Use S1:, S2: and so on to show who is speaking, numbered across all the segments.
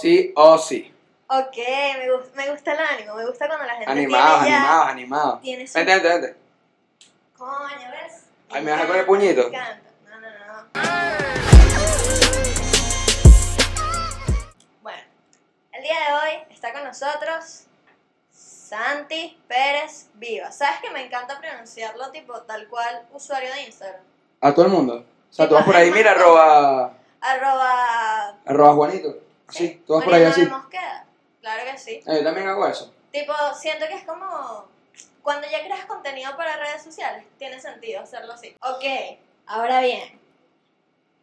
S1: sí, oh sí.
S2: Ok, me, gus- me gusta el ánimo, me gusta cuando la gente
S1: Animados,
S2: tiene ya...
S1: animados, animados.
S2: Tiene su...
S1: Vente, vente, vente.
S2: Coño, ¿ves?
S1: Ay,
S2: Me
S1: ¿me vas a
S2: encanta,
S1: poner
S2: me
S1: puñito?
S2: encanta. No, no, no. Bueno, el día de hoy está con nosotros Santi Pérez Viva. ¿Sabes que me encanta pronunciarlo tipo tal cual usuario de Instagram?
S1: A todo el mundo. O sea,
S2: Sí,
S1: tú vas por ahí,
S2: además-
S1: mira, arroba,
S2: Arroba...
S1: arroba Juanito. Así, tú vas por ahí
S2: Mariano
S1: así.
S2: de Mosqueda. Claro que sí.
S1: Ah, Yo también hago eso.
S2: Tipo, siento que es como cuando ya creas contenido para redes sociales, tiene sentido hacerlo así. Ok, ahora bien.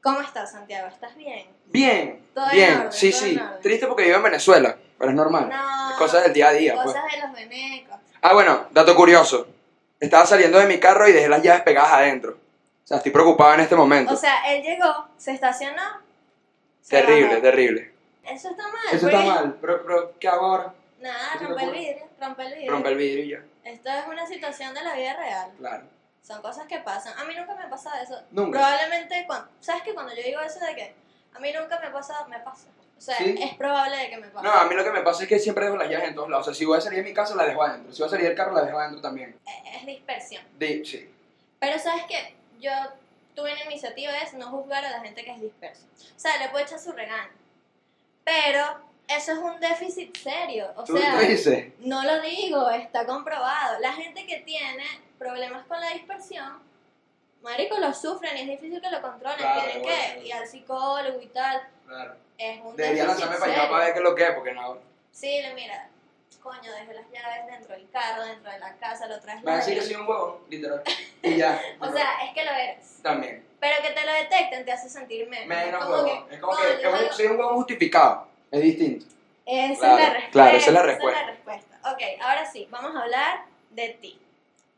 S2: ¿Cómo estás, Santiago? ¿Estás bien?
S1: Bien,
S2: Todo en
S1: bien,
S2: orden,
S1: sí,
S2: todo
S1: sí.
S2: en orden.
S1: Triste porque vivo en Venezuela, pero Ah, es normal.
S2: No.
S1: Cosas del día a día, pues.
S2: Cosas de los venecos.
S1: Ah, bueno, dato curioso. Estaba saliendo de mi carro y dejé las llaves pegadas adentro. O sea, estoy preocupado en este momento.
S2: O sea, él llegó, se estacionó. se
S1: terrible,
S2: bajó.
S1: terrible.
S2: Eso está mal.
S1: Eso está
S2: porque-
S1: mal, pero, pero ¿qué hago ahora?
S2: Nada,
S1: ¿Qué te
S2: rompe el
S1: ocurre?
S2: vidrio, rompe el vidrio.
S1: Romper el vidrio y ya.
S2: Esto es una situación de la vida real.
S1: Claro.
S2: Son cosas que pasan. A mí nunca me pasa eso.
S1: Nunca.
S2: Probablemente, cuando, ¿sabes que cuando yo digo eso de que a mí nunca me pasa, me pasa? O sea,
S1: ¿Sí?
S2: es probable de que me pase.
S1: No, a mí lo que me pasa es que siempre dejo las llaves en todos lados. O sea, si voy a salir de mi casa, las dejo adentro. Si voy a salir del carro, las dejo adentro también.
S2: E, Es, es dispersión.
S1: Di- sí.
S2: Pero ¿sabes que Yo tuve una iniciativa es no juzgar a la gente que es dispersa. O sea, le puedo echar su regalo. Pero eso es un déficit serio. O
S1: ¿Tú,
S2: sea,
S1: tú dices?
S2: no lo digo, está comprobado. La gente que tiene problemas con la dispersión, marico, lo sufren y es difícil que lo controlen.
S1: Claro,
S2: Tienen
S1: bueno.
S2: que ir al psicólogo y tal.
S1: Claro.
S2: Es un
S1: Debería
S2: déficit
S1: lanzarme para allá
S2: serio.
S1: para ver qué es lo que es, porque no.
S2: Sí, le mira, coño, dejé las llaves dentro del carro, dentro de la casa, lo traes.
S1: Me van a decir que soy un huevón, literal. Y ya.
S2: O sea, es que lo eres.
S1: también.
S2: Pero que te lo detecten te hace sentir menos.
S1: Menos
S2: Como
S1: huevón.
S2: que,
S1: Es como
S2: coño,
S1: que es un-
S2: bueno,
S1: soy un huevón justificado. Es distinto.
S2: Esa
S1: Claro,
S2: es la respuesta.
S1: claro, esa es la
S2: Esa es la respuesta. Ok, ahora sí, vamos a hablar de ti.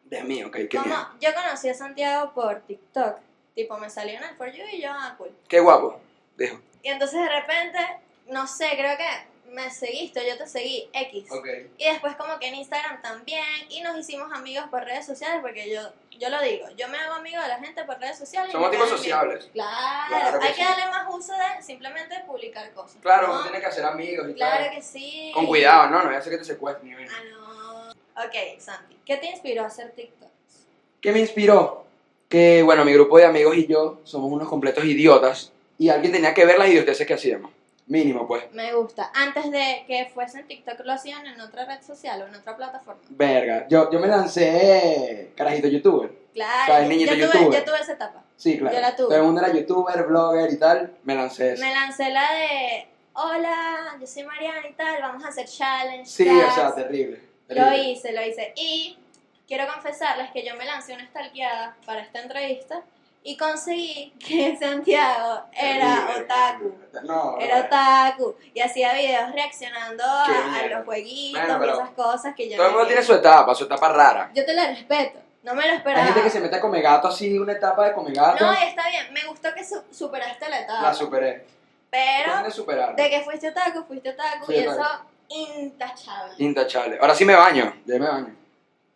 S1: De mí, ok, qué
S2: Como
S1: bien.
S2: yo conocí a Santiago por TikTok. Tipo, me salió en el For You y yo, ah, cool.
S1: Qué guapo. Dijo.
S2: Y entonces de repente, no sé, creo que me seguiste, yo te seguí, X.
S1: Ok.
S2: Y después como que en Instagram también. Y nos hicimos amigos por redes sociales, porque yo, yo lo digo, yo me hago amigo de la gente por redes sociales. y
S1: Somos
S2: me
S1: tipos
S2: caen bien.
S1: sociables.
S2: Claro,
S1: Claro que
S2: hay que
S1: sí.
S2: darle más uso de simplemente publicar cosas.
S1: Claro,
S2: ¿no?
S1: uno tiene que hacer amigos y
S2: Claro
S1: tal.
S2: que sí.
S1: Con cuidado, no, no, ya sé que te secuestren. ni ven.
S2: Ah, no. Ok, Santi, ¿qué te inspiró a hacer TikTok?
S1: ¿Qué me inspiró? Que, bueno, mi grupo de amigos y yo somos unos completos idiotas y alguien tenía que ver las idioteces que hacíamos. Mínimo, pues.
S2: Me gusta. Antes de que fuese en TikTok, lo hacían en otra red social o en otra plataforma.
S1: Verga. Yo, yo me lancé carajito youtuber.
S2: Claro.
S1: Sabes,
S2: yo-
S1: niñito
S2: yo, tuve,
S1: youtuber.
S2: yo tuve esa etapa.
S1: Sí, claro.
S2: Yo la tuve.
S1: Todo el mundo era youtuber, blogger y tal. Me lancé eso.
S2: Me lancé la de, hola, yo soy Mariana y tal, vamos a hacer challenge.
S1: Sí, o sea,
S2: class".
S1: terrible.
S2: Lo
S1: terrible.
S2: hice, lo hice. Y quiero confesarles que yo me lancé una stalkeada para esta entrevista y conseguí que Santiago era
S1: Terrible.
S2: otaku.
S1: No,
S2: Era
S1: no.
S2: otaku y hacía videos reaccionando a,
S1: Qué
S2: a
S1: mierda.
S2: los jueguitos
S1: Bueno,
S2: y
S1: pero
S2: esas cosas que yo
S1: Todo el
S2: no
S1: mundo
S2: quiero.
S1: tiene su etapa, su etapa rara.
S2: Yo te la respeto, no me lo esperaba.
S1: Hay gente que se mete a come gato así, una etapa de come gato.
S2: No, está bien, me gustó que su- superaste la etapa.
S1: la superé.
S2: pero
S1: Cosas de superar.
S2: de que fuiste otaku, fuiste otaku
S1: Fui
S2: y
S1: otaku.
S2: eso intachable.
S1: Intachable. Ahora sí me baño. Ya me baño.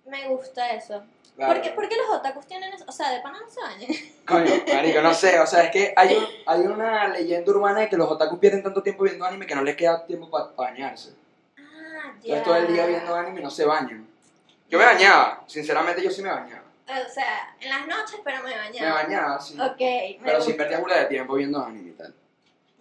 S2: Me gusta eso.
S1: Claro.
S2: ¿Por, qué, por qué los otakus tienen eso? O sea, de pana no se bañan.
S1: Coño, marico, no sé, o sea, es que hay, un- hay una leyenda urbana de que los otakus pierden tanto tiempo viendo anime que no les queda tiempo para bañarse.
S2: Ah, ya.
S1: Entonces todo el día viendo anime y no se bañan. Yo me bañaba, sinceramente yo sí me bañaba.
S2: O sea, en las noches, pero me
S1: Me
S2: bañaba.
S1: bañaba, sí.
S2: Ok, me
S1: Pero sí
S2: gusta.
S1: perdía burda de tiempo viendo anime y tal.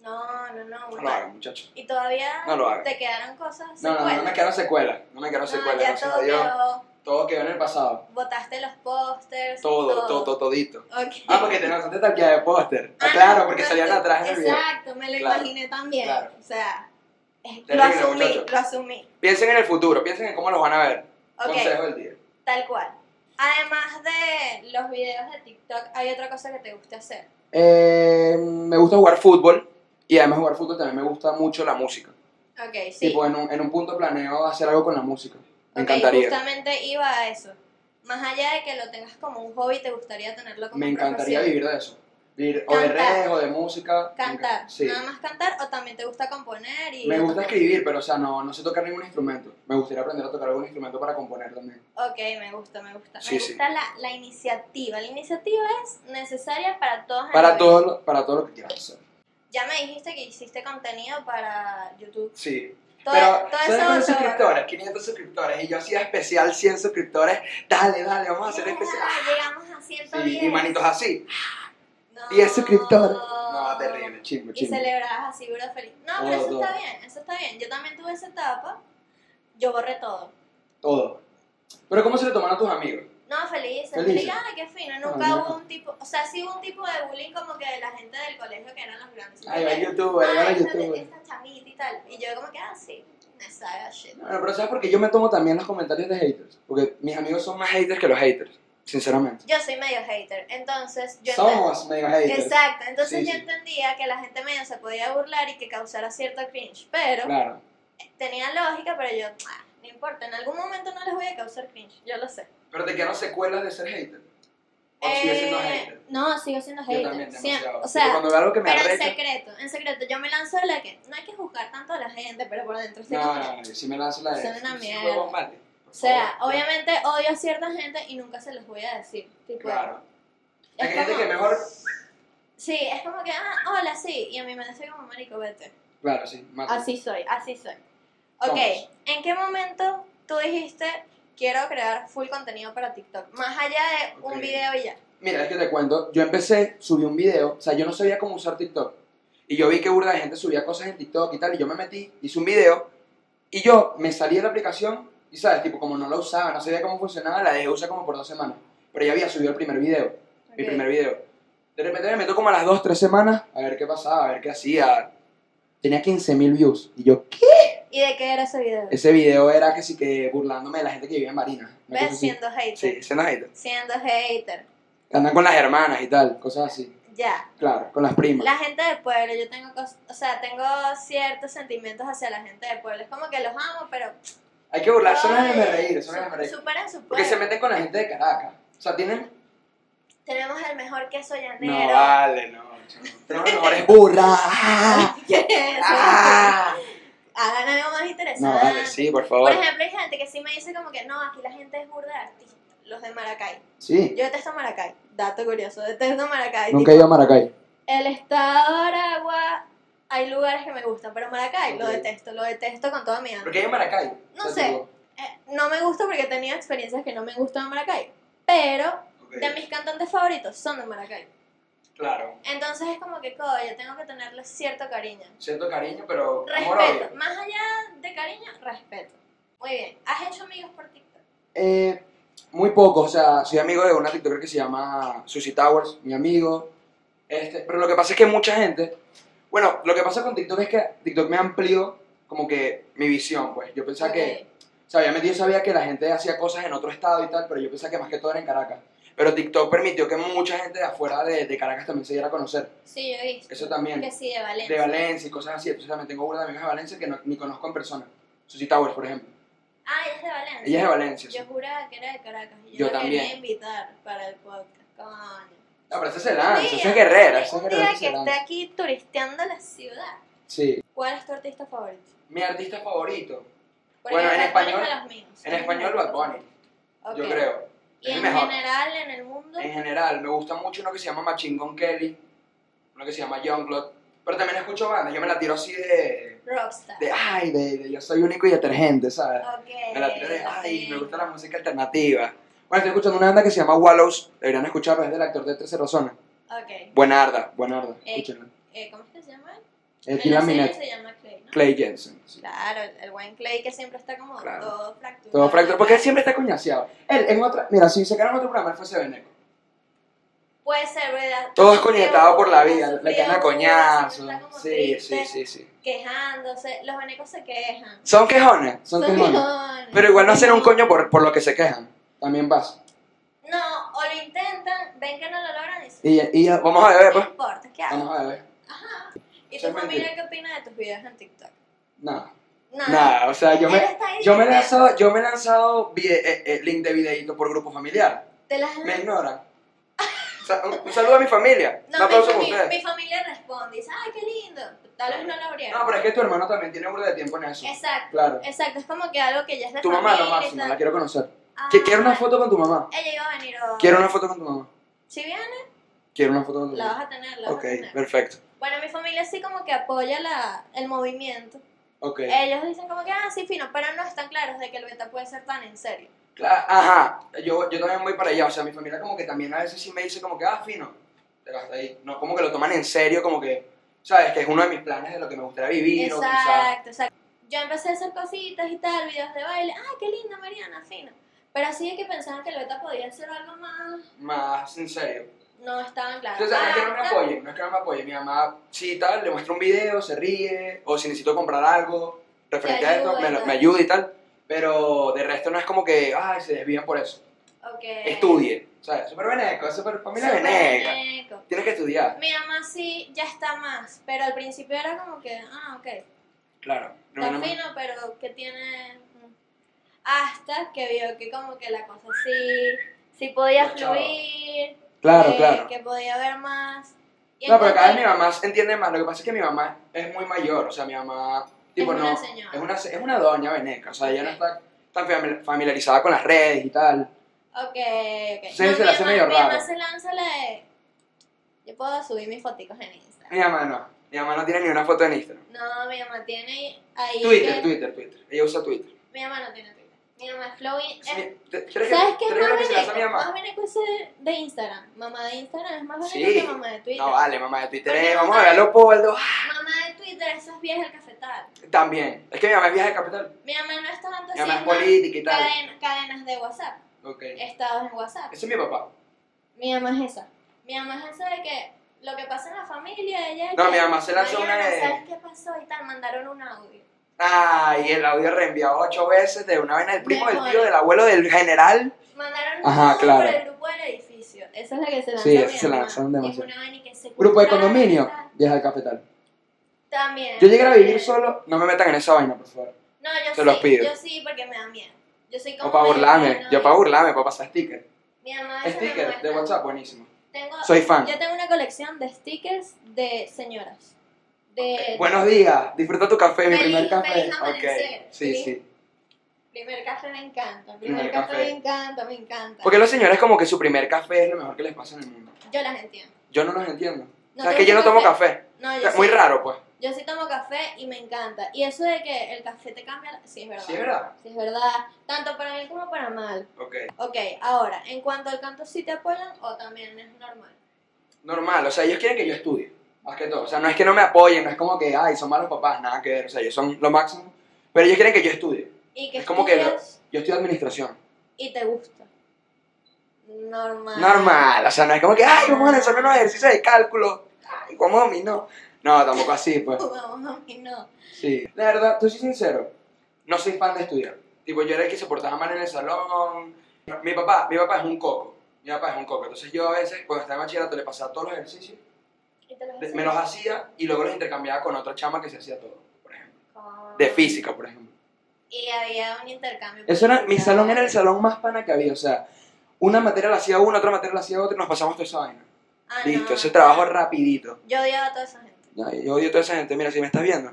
S2: No, no, no.
S1: No
S2: brutal.
S1: lo hagan, muchachos.
S2: Y todavía
S1: No lo hagan.
S2: te quedaron cosas.
S1: No, no, no, no me
S2: secuelas.
S1: quedaron secuelas. No me quedaron secuelas,
S2: Ah, ya
S1: gracias
S2: todo
S1: a Dios.
S2: quedó.
S1: Todo quedó en el pasado.
S2: Botaste los pósters.
S1: Todo, todo, todito.
S2: Ok.
S1: Ah, porque te lanzaste taquilla de póster. Ah,
S2: Ah,
S1: claro,
S2: no,
S1: porque
S2: no,
S1: salían
S2: no,
S1: atrás en el video.
S2: Exacto, me lo
S1: Claro,
S2: imaginé también.
S1: claro.
S2: O sea, es- lo
S1: Terrible,
S2: asumí,
S1: muchacho.
S2: lo asumí.
S1: Piensen en el futuro, piensen en cómo los van a ver.
S2: Ok,
S1: Consejo del día.
S2: tal cual. Además de los videos de TikTok, hay otra cosa que te guste hacer.
S1: Eh, me gusta jugar fútbol y además de jugar fútbol también me gusta mucho la música.
S2: Ok, sí.
S1: Tipo, en un, en un punto planeo hacer algo con la música. Me
S2: Ok,
S1: encantaría.
S2: justamente iba a eso. Más allá de que lo tengas como un hobby, te gustaría tenerlo como
S1: Me encantaría
S2: profesión.
S1: vivir de eso. Vivir o de
S2: Cantar.
S1: redes o de música. Me encan-
S2: Cantar,
S1: Sí.
S2: nada más cantar o también te gusta componer y...
S1: Me gusta escribir, pero o sea, no, no sé tocar ningún instrumento. Me gustaría aprender a tocar algún instrumento para componer también.
S2: Ok, me gusta, me gusta.
S1: Sí,
S2: me
S1: sí.
S2: gusta la, la iniciativa. La iniciativa es necesaria para todos. a
S1: Para
S2: nivel.
S1: todo, lo- para todo lo que quieras hacer.
S2: Ya me dijiste que hiciste contenido para YouTube.
S1: Sí.
S2: Todo,
S1: Pero,
S2: todo
S1: ¿sabes
S2: eso
S1: cuántos
S2: lo-
S1: suscriptores? 500 suscriptores. Y yo hacía especial 100 suscriptores. Dale, dale, vamos a hacer
S2: Mierda,
S1: especial.
S2: Llegamos a
S1: Ah,
S2: 110.
S1: Y, y manitos así.
S2: No.
S1: 10 suscriptores. No, terrible, chismo,
S2: Oh. Y
S1: chismo.
S2: celebrabas así, burda feliz. No,
S1: Todo,
S2: pero eso está
S1: todo.
S2: bien, eso está bien. Yo también tuve esa etapa. Yo borré todo.
S1: Todo. Pero ¿cómo se lo tomaron tus amigos?
S2: No, feliz,
S1: Felices.
S2: feliz. Ay, qué fino. Nunca
S1: Ah,
S2: hubo
S1: mira.
S2: un tipo, o sea, sí hubo un tipo de bullying como que de la gente del colegio que eran los grandes.
S1: Ahí va
S2: Ay,
S1: YouTube, ahí va
S2: esta-
S1: YouTube.
S2: Esta chamita y tal. Y yo como que, ah, sí, me saga shit.
S1: Bueno, pero ¿sabes por qué yo me tomo también los comentarios de haters? Porque mis amigos son más haters que los haters, sinceramente.
S2: Yo soy medio hater, entonces yo...
S1: Somos medio haters.
S2: Exacto, entonces
S1: Sí,
S2: yo
S1: sí.
S2: entendía que la gente medio se podía burlar y que causara cierto cringe, pero
S1: Claro.
S2: tenía lógica, pero yo, "Ah, no importa, en algún momento no les voy a causar cringe, yo lo sé.
S1: Pero te quedaron secuelas de ser hater. O sigues siendo
S2: Eh,
S1: hater.
S2: No, sigo siendo hater,
S1: Yo también,
S2: siempre.
S1: demasiado.
S2: O
S1: Tipo,
S2: sea,
S1: cuando veo algo que me
S2: pero en
S1: arrecha.
S2: secreto, en secreto, yo me lanzo la que no hay que juzgar tanto a la gente, pero por dentro estoy
S1: No,
S2: como
S1: no,
S2: que-
S1: no, yo sí me lanzo la de.
S2: Son una
S1: sí,
S2: mierda.
S1: huevos, mate, por
S2: O sea,
S1: favor.
S2: obviamente odio a cierta gente y nunca se los voy a decir. tipo,
S1: Claro.
S2: es
S1: Hay gente
S2: como-
S1: que mejor.
S2: Sí, es como que, ah, hola, sí. Y a mí me dice como, marico, vete.
S1: Claro, sí, mate.
S2: Así soy, así soy. Ok,
S1: Somos.
S2: ¿en qué momento tú dijiste, quiero crear full contenido para TikTok? Más allá de un
S1: Ok.
S2: video y ya.
S1: Mira, es que te cuento, yo empecé, subí un video, o sea, yo no sabía cómo usar TikTok. Y yo vi que burda de gente subía cosas en TikTok y tal, y yo me metí, hice un video, y yo me salí de la aplicación, y sabes, tipo, como no la usaba, no sabía cómo funcionaba, la dejé usar como por dos semanas. Pero ya había subido el primer video, mi
S2: Ok.
S1: primer video. De repente me meto como a las dos, tres semanas, a ver qué pasaba, a ver qué hacía. Tenía 15.000 views, y yo, ¿qué?
S2: ¿Y de qué era ese video?
S1: Ese video era que sí que burlándome de la gente que vivía en Marina. una cosa
S2: ¿Ves?
S1: así.
S2: Siendo hater.
S1: Sí, siendo hater.
S2: Siendo hater.
S1: Andan con las hermanas y tal, cosas así.
S2: Ya.
S1: Claro, con las primas.
S2: La gente de pueblo, yo tengo, cos- o sea, tengo ciertos sentimientos hacia la gente de pueblo. Es como que los amo, pero...
S1: Hay que burlarse, no
S2: ay,
S1: de reír, son de
S2: su-
S1: reír.
S2: Superan su
S1: Porque se
S2: pueblo.
S1: meten con la gente de Caracas. O sea, tienen.
S2: Tenemos el mejor queso llanero.
S1: No vale, no. Tenemos mejores burras.
S2: ¿Qué es eso?
S1: Ah.
S2: Hagan algo más interesante.
S1: No vale, sí, por
S2: Por
S1: favor.
S2: ejemplo, hay gente que sí me dice como que no, aquí la gente es burda de artista, los de Maracay.
S1: Sí,
S2: Yo detesto Maracay, dato curioso, detesto Maracay.
S1: nunca he
S2: tipo,
S1: ido a Maracay.
S2: El estado de Aragua, hay lugares que me gustan, pero Maracay lo
S1: Ok.
S2: detesto, lo detesto con toda mi alma.
S1: ¿Por qué hay en Maracay?
S2: No
S1: O sea,
S2: sé.
S1: tipo,
S2: Eh, no me gusta porque he tenido experiencias que no me gustan en Maracay, pero
S1: ok,
S2: de mis cantantes favoritos son de Maracay.
S1: Claro.
S2: Entonces es como que, coño, tengo que tenerle cierto cariño.
S1: Siento cariño, pero. amor
S2: Respeto, más allá de cariño, respeto. Muy bien, ¿has hecho amigos por TikTok?
S1: Eh, muy pocos, o sea, soy amigo de una TikToker que se llama Susie Towers, mi amigo. Este, pero lo que pasa es que mucha gente. Bueno, lo que pasa con TikTok es que TikTok me amplió como que mi visión, pues. Yo pensaba que. O sea, obviamente yo sabía que la gente hacía cosas en otro estado y tal, pero yo pensaba que más que todo era en Caracas. Pero TikTok permitió que mucha gente de afuera de, de Caracas también se diera a conocer.
S2: Sí, yo he visto.
S1: Eso también.
S2: Que sí, de Valencia.
S1: De Valencia y cosas así. Entonces también tengo una de amigas de Valencia que no- ni conozco en persona. Susie Towers, por ejemplo.
S2: Ah, ella es de Valencia.
S1: Ella es de Valencia. sí.
S2: Yo juraba que era de Caracas. y Yo,
S1: Yo
S2: la quería
S1: también.
S2: invitar para el podcast. Coño.
S1: No, pero esa se lanza,
S2: Sí,
S1: esa es guerrera, esa es
S2: Un
S1: guerrera.
S2: día que
S1: esa se
S2: esté
S1: lanza.
S2: aquí turisteando la ciudad.
S1: Sí.
S2: ¿Cuál es tu artista favorito?
S1: Mi artista favorito.
S2: Porque
S1: Bueno,
S2: Bad
S1: en
S2: Bunny
S1: español-
S2: es de los míos.
S1: En español, Bad Bunny,
S2: Ok.
S1: yo creo.
S2: Y
S1: Es
S2: en
S1: el mejor.
S2: general, en el mundo.
S1: En general, me gusta mucho uno que se llama Machingón Kelly, uno que se llama Youngblood. Pero también escucho bandas, yo me la tiro así de.
S2: Rockstar.
S1: de ay, de, de yo soy único y detergente, ¿sabes?
S2: Ok.
S1: Me la tiro de ay,
S2: sí.
S1: me gusta la música alternativa. Bueno, estoy escuchando una banda que se llama Wallows, deberían escucharla, es del actor de Tercero Zona.
S2: Ok.
S1: Buena arda, buena arda,
S2: Eh,
S1: escúchenla.
S2: Eh, ¿Cómo es que se llama? él?
S1: Es
S2: en la
S1: Dylan
S2: serie
S1: Minette,
S2: se llama Clay, ¿no?
S1: Clay Jensen. sí.
S2: Claro, el, el buen Clay que siempre está como
S1: Claro.
S2: todo fracturado.
S1: Todo fractal, porque él siempre está coñaseado. Él, en otra. Mira, si sacaron otro programa, él fue Sebeneco.
S2: Puede ser, ¿verdad?
S1: Todo es
S2: Sufrió,
S1: coñetado por la vida,
S2: sufrió,
S1: le caen a coñazo.
S2: está como
S1: Sí,
S2: triste,
S1: sí, sí, sí.
S2: Quejándose, los venecos se quejan.
S1: Son quejones, son quejones.
S2: quejones.
S1: Pero igual no hacen un coño por, por lo que se quejan. También pasa.
S2: No, o lo intentan, ven que no lo logran y dicen,
S1: Y, y ya- vamos a beber,
S2: no
S1: pues.
S2: importa, ¿qué hago?
S1: Vamos a beber.
S2: ¿Y
S1: eso
S2: tu
S1: es
S2: familia
S1: mentira.
S2: qué opina de tus videos en TikTok?
S1: Nada,
S2: Nada.
S1: nada. O sea, yo
S2: Él
S1: me,
S2: está ahí
S1: yo me he
S2: diciendo,
S1: lanzado, yo me he lanzado vide- eh, eh, link de videíto por grupo familiar.
S2: Te las
S1: Me ignoran. O sea, un, un saludo a mi familia.
S2: No,
S1: Un aplauso para
S2: mi, fami-
S1: ustedes.
S2: mi familia responde y dice, ay, qué lindo. Tal vez no lo abrieron.
S1: No, pero es que tu hermano también tiene burda de tiempo en eso.
S2: Exacto,
S1: Claro.
S2: exacto, es como que algo que ya es de
S1: Tu
S2: familia
S1: mamá lo
S2: y
S1: máximo,
S2: tal.
S1: la quiero conocer.
S2: Ah,
S1: Que- Quiero una foto con tu mamá.
S2: Ella iba a venir hoy.
S1: Quiero una foto con tu mamá.
S2: Si viene,
S1: Quiero una foto con tu
S2: La vas
S1: familia.
S2: a tener, la
S1: Ok,
S2: vas a tener.
S1: perfecto.
S2: Bueno, mi familia sí como que apoya la, el movimiento.
S1: Ok.
S2: Ellos dicen como que, ah, sí, fino, pero no están claros de que el beta puede ser tan en serio.
S1: Claro, ajá, yo, yo también voy para allá, o sea, mi familia como que también a veces sí me dice como que, ah, fino, te vas ahí. No, como que lo toman en serio, como que, sabes, que es uno de mis planes de lo que me gustaría vivir o quizás.
S2: exacto, exacto. Yo empecé a hacer cositas y tal, videos de baile. Ah, qué linda Mariana, fino. Pero así de que pensaban que el beta podía ser algo más,
S1: Más en serio.
S2: no estaban claros.
S1: O sea, no es que no me
S2: Ah,
S1: apoye, no es que no me apoye. Mi mamá, sí, tal, le muestro un video, se ríe, o si necesito comprar algo referente a esto,
S2: ayuda,
S1: me, lo-
S2: tal.
S1: me ayuda y tal. Pero de resto no es como que, ay, se desvían por eso.
S2: ok.
S1: Estudie, ¿sabes? Súper veneco, es súper familia
S2: Súper
S1: veneca.
S2: veneco.
S1: Tienes que estudiar.
S2: Mi mamá sí ya está más, pero al principio era como que, ah, ok,
S1: Claro.
S2: está
S1: no-
S2: fino, pero que tiene... mm. Hasta que vio que como que la cosa sí, sí podía
S1: Escuchaba.
S2: fluir,
S1: Claro,
S2: que,
S1: claro.
S2: que podía haber más. Y
S1: No, pero cada vez mi
S2: encontré-
S1: mamá se entiende más. Lo que pasa es que mi mamá es muy mayor. O sea, mi mamá. Tipo,
S2: una
S1: no.
S2: señora.
S1: Es una, se- es una doña veneca. O sea, ella no está tan fami- familiarizada con las redes y tal.
S2: Ok, ok.
S1: Sí, se le hace
S2: mi
S1: medio
S2: mamá, mi mamá
S1: raro.
S2: se lanza la de... Yo puedo subir mis foticos en Instagram.
S1: Mi mamá no. Mi mamá no tiene ni una foto en Instagram.
S2: No, mi mamá tiene ahí...
S1: Twitter,
S2: que-
S1: Twitter, Twitter. Ella usa Twitter.
S2: Mi mamá no tiene Twitter. Mi mamá es Flowing...
S1: Sí, ¿te- ¿Crees que,
S2: ¿Sabes qué es
S1: crees que lo
S2: más
S1: que se le hace a mi
S2: veneco? Más
S1: mamá?
S2: veneco es de- de Instagram. Mamá de Instagram es más veneco
S1: Sí.
S2: que mamá de Twitter.
S1: No, vale, mamá de Twitter.
S2: Porque
S1: eh, vamos
S2: mamá-
S1: a verlo, Poldo.
S2: Mamá de Twitter, eso es vieja el cafetal.
S1: También. Es que mi mamá es viaje de capital.
S2: Mi mamá no está tanto
S1: Mi mamá es
S2: haciendo
S1: política y tal.
S2: cadena- cadenas de WhatsApp,
S1: Ok. Ese
S2: estados en WhatsApp.
S1: es mi papá.
S2: Mi mamá es esa. Mi mamá es esa de que lo que pasa en la familia, ella es
S1: No,
S2: que,
S1: mi mamá se lanzó una
S2: "Mariana,
S1: de-
S2: ¿Sabes qué pasó? Y tal, mandaron un audio.
S1: Ay, el audio reenviado ocho veces de una vaina del primo,
S2: Me
S1: del
S2: jode.
S1: tío, del abuelo, del general.
S2: Mandaron un
S1: Ajá,
S2: audio
S1: claro.
S2: por el grupo del edificio. Esa es la que se lanzó
S1: Sí,
S2: mi
S1: esa se
S2: mamá.
S1: lanzaron
S2: Y es
S1: demasiado.
S2: una vaina y que se
S1: Grupo de
S2: juntaron y
S1: condominio,
S2: tal.
S1: viaja al capital.
S2: También.
S1: Yo llegué a vivir
S2: también.
S1: solo, no me metan en esa vaina, por favor.
S2: No, yo
S1: Se
S2: sí,
S1: los pido.
S2: yo sí porque me da miedo. Yo soy como
S1: O para
S2: medio
S1: burlarme,
S2: paranoica.
S1: yo para burlarme, para pasar sticker.
S2: Mi mamá es una
S1: Sticker de
S2: muerta.
S1: WhatsApp, buenísimo.
S2: Tengo-
S1: Soy fan.
S2: Yo tengo una colección de stickers de señoras. De
S1: Buenos días, disfruta tu café, mi
S2: Feliz-
S1: primer café.
S2: feliz amanecer,
S1: Ok, sí,
S2: ¿sí?
S1: sí.
S2: primer café me encanta, primer,
S1: Primer
S2: café.
S1: café.
S2: me encanta, me encanta.
S1: Porque los señores como que su primer café es lo mejor que les pasa en el mundo.
S2: Yo las entiendo.
S1: Yo no los entiendo.
S2: No
S1: o sea, es
S2: te
S1: que yo no
S2: gusta
S1: tomo
S2: el
S1: café.
S2: No,
S1: O
S2: yo
S1: sea,
S2: sí,
S1: muy raro, pues.
S2: Yo sí tomo café y me encanta. Y eso de que el café te cambia, la- sí es verdad.
S1: Sí, es verdad.
S2: Sí es verdad. Tanto para bien como para mal.
S1: Ok.
S2: Ok, ahora, en cuanto al canto, ¿sí te apoyan o también es normal?
S1: Normal, o sea, ellos quieren que yo estudie, más que todo. O sea, no es que no me apoyen, no es como que, ay, son malos papás, nada que ver. O sea, ellos son lo máximo. Pero ellos quieren que yo estudie.
S2: Y que
S1: Es como que lo-
S2: estudias
S1: Yo estudio administración.
S2: y te gusta. Normal.
S1: normal, o sea, no es como que, ay, vamos a lanzarme unos ejercicios de cálculo, ay, vamos a dominó. No, tampoco así, pues,
S2: Vamos a mí no.
S1: sí. La verdad, tú soy sincero, no soy fan de estudiar. Tipo, yo era el que se portaba mal en el salón. Mi papá, mi papá es un coco, mi papá es un coco. Entonces yo a veces, cuando estaba en bachillerato, le pasaba todos los ejercicios,
S2: ¿Y te los
S1: de-
S2: haces?
S1: me los hacía y luego los intercambiaba con otra chama que se hacía todo, por ejemplo.
S2: Con-
S1: De física, por ejemplo.
S2: Y había un intercambio.
S1: Eso era, mi
S2: cultural.
S1: salón era el salón más pana que había, o sea, una materia la hacía una, otra materia la hacía otra y nos pasamos toda esa vaina.
S2: Ah,
S1: Listo,
S2: no.
S1: ese trabajo rapidito.
S2: Yo odiaba a toda esa gente.
S1: No, yo odio a toda esa gente. Mira, si me estás viendo,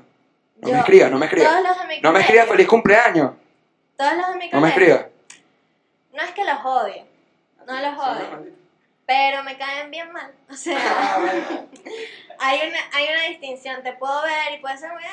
S1: no
S2: Yo-
S1: me escribas, no me escribas.
S2: Todos los de mi
S1: No me
S2: colegio-
S1: escribas feliz cumpleaños.
S2: Todos los de mi
S1: No me
S2: colegio.
S1: escribas.
S2: No es que los odie, No los odio. pero me caen bien mal. O
S1: Ah,
S2: sea, hay una, hay una distinción. Te puedo ver y puedes ser muy...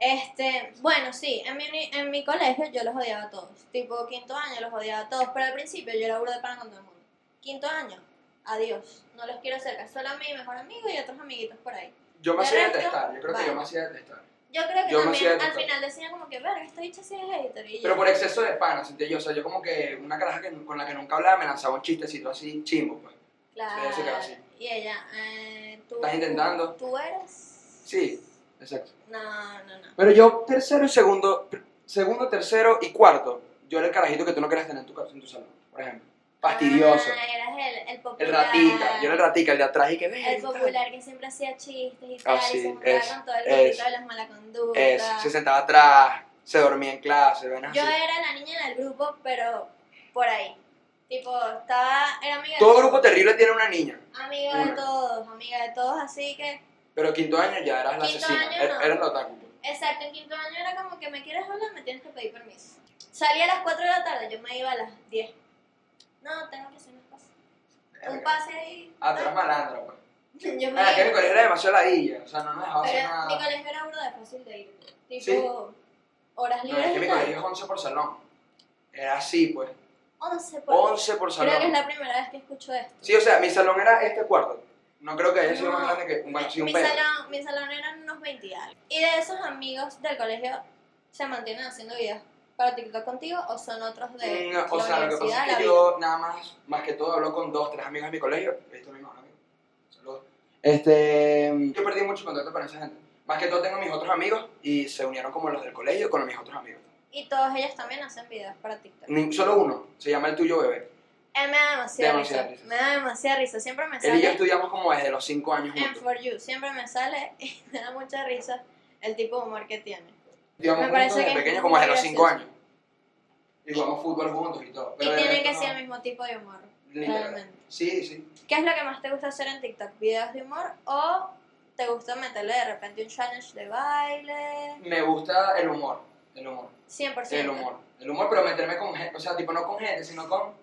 S2: Este, bueno, sí, en mi, uni- en mi colegio yo los odiaba a todos. Tipo, quinto año los odiaba a todos, pero al principio yo era burda de pana con todo el mundo. Quinto año, adiós. No los quiero cerca, solo a mi mejor amigo y otros amiguitos por ahí.
S1: Yo me
S2: De
S1: hacía
S2: resto,
S1: detestar, yo creo que yo me
S2: vale.
S1: hacía detestar.
S2: Yo creo que
S1: Yo me
S2: también
S1: hacía de
S2: al
S1: todo.
S2: final decía como que, verga, esta bicha sí es hater. Y yo,
S1: Pero por exceso de pana, sentía yo. O sea, yo como que una caraja que- con la que nunca hablaba me lanzaba un chistecito así, chimbo, pues.
S2: claro.
S1: se quedó así.
S2: Y ella, eh, tú...
S1: ¿Estás intentando?
S2: ¿Tú eres?
S1: Sí, exacto.
S2: No, no, no.
S1: Pero yo, tercero y segundo, segundo, tercero y cuarto, yo era el carajito que tú no querías tener en tu, casa, en tu salón, por ejemplo. Fastidioso.
S2: Ah, eras el, el popular.
S1: El ratica, yo era el ratica, el de atrás y que ve.
S2: El popular que siempre hacía chistes y
S1: Ah,
S2: tal,
S1: sí,
S2: y se juntaba
S1: es,
S2: con todo el
S1: es,
S2: grupito de las malas conductas.
S1: Eso, se sentaba atrás, se dormía en clase, ven así.
S2: Yo era la niña del grupo, pero por ahí. Tipo, estaba, era amiga
S1: Todo
S2: de
S1: grupo terrible tiene una niña,
S2: Amiga de
S1: Una.
S2: todos, amiga de todos, así que...
S1: pero quinto año ya eras la
S2: Quinto
S1: asesina,
S2: año
S1: er-
S2: no.
S1: eras la otaku.
S2: Exacto, en quinto año era como que me quieres hablar, me tienes que pedir permiso. Salía a las 4 de la tarde, yo me iba a las 10. No, tengo que hacer unas cosas. Un pase ahí.
S1: Ah, tú eres malandro, pues.
S2: Yo me
S1: Mira, que mi colegio era demasiado ladilla, o sea, no nos dejaba hacer
S2: Pero mi
S1: nada.
S2: colegio era burda de fácil de ir. Tipo,
S1: Sí.
S2: horas
S1: No, es
S2: libres
S1: que mi
S2: y tal.
S1: colegio es 11 por salón. Era así, pues.
S2: 11 por
S1: 11 por salón.
S2: Creo que es la primera vez que escucho esto.
S1: Sí, o sea, mi salón era este cuarto. No creo que haya sido
S2: No,
S1: más grande que un, bueno, sí, un
S2: mi,
S1: pedo.
S2: salón, mi salón eran unos 20 y algo. Y de esos amigos del colegio, ¿se mantienen haciendo videos para TikTok contigo o son otros de
S1: Mm, o
S2: la
S1: sea, lo
S2: universidad,
S1: que pasa es
S2: la
S1: que
S2: vida?
S1: yo nada más, más que todo, hablo con dos, tres amigos de mi colegio. Esto mismo, amigo. Saludos. Este, yo perdí mucho contacto con esa gente. Más que todo tengo mis otros amigos y se unieron como los del colegio con mis otros amigos.
S2: Y todos ellos también hacen videos para TikTok.
S1: Ni- solo uno, se llama el tuyo bebé.
S2: Eh, me da demasiada,
S1: Demasiada
S2: risa.
S1: risa.
S2: Me da demasiada risa. Siempre me
S1: Él y yo
S2: sale
S1: estudiamos como desde los cinco años
S2: en
S1: juntos.
S2: For You. Siempre me sale y me da mucha risa el tipo de humor que tiene.
S1: Estudiamos
S2: me parece
S1: juntos desde
S2: que es
S1: pequeños como desde los
S2: gracioso.
S1: cinco años. Y jugamos fútbol juntos y todo.
S2: Y
S1: de
S2: tiene
S1: resto
S2: que ser
S1: no.
S2: el mismo tipo de humor.
S1: Literal.
S2: Realmente.
S1: Sí, sí.
S2: ¿Qué es lo que más te gusta hacer en TikTok? ¿Videos de humor o te gusta meterle de repente un challenge de baile?
S1: Me gusta el humor, el humor.
S2: 100%.
S1: El humor. El humor, pero meterme con gente, o sea, tipo no con gente, sino con...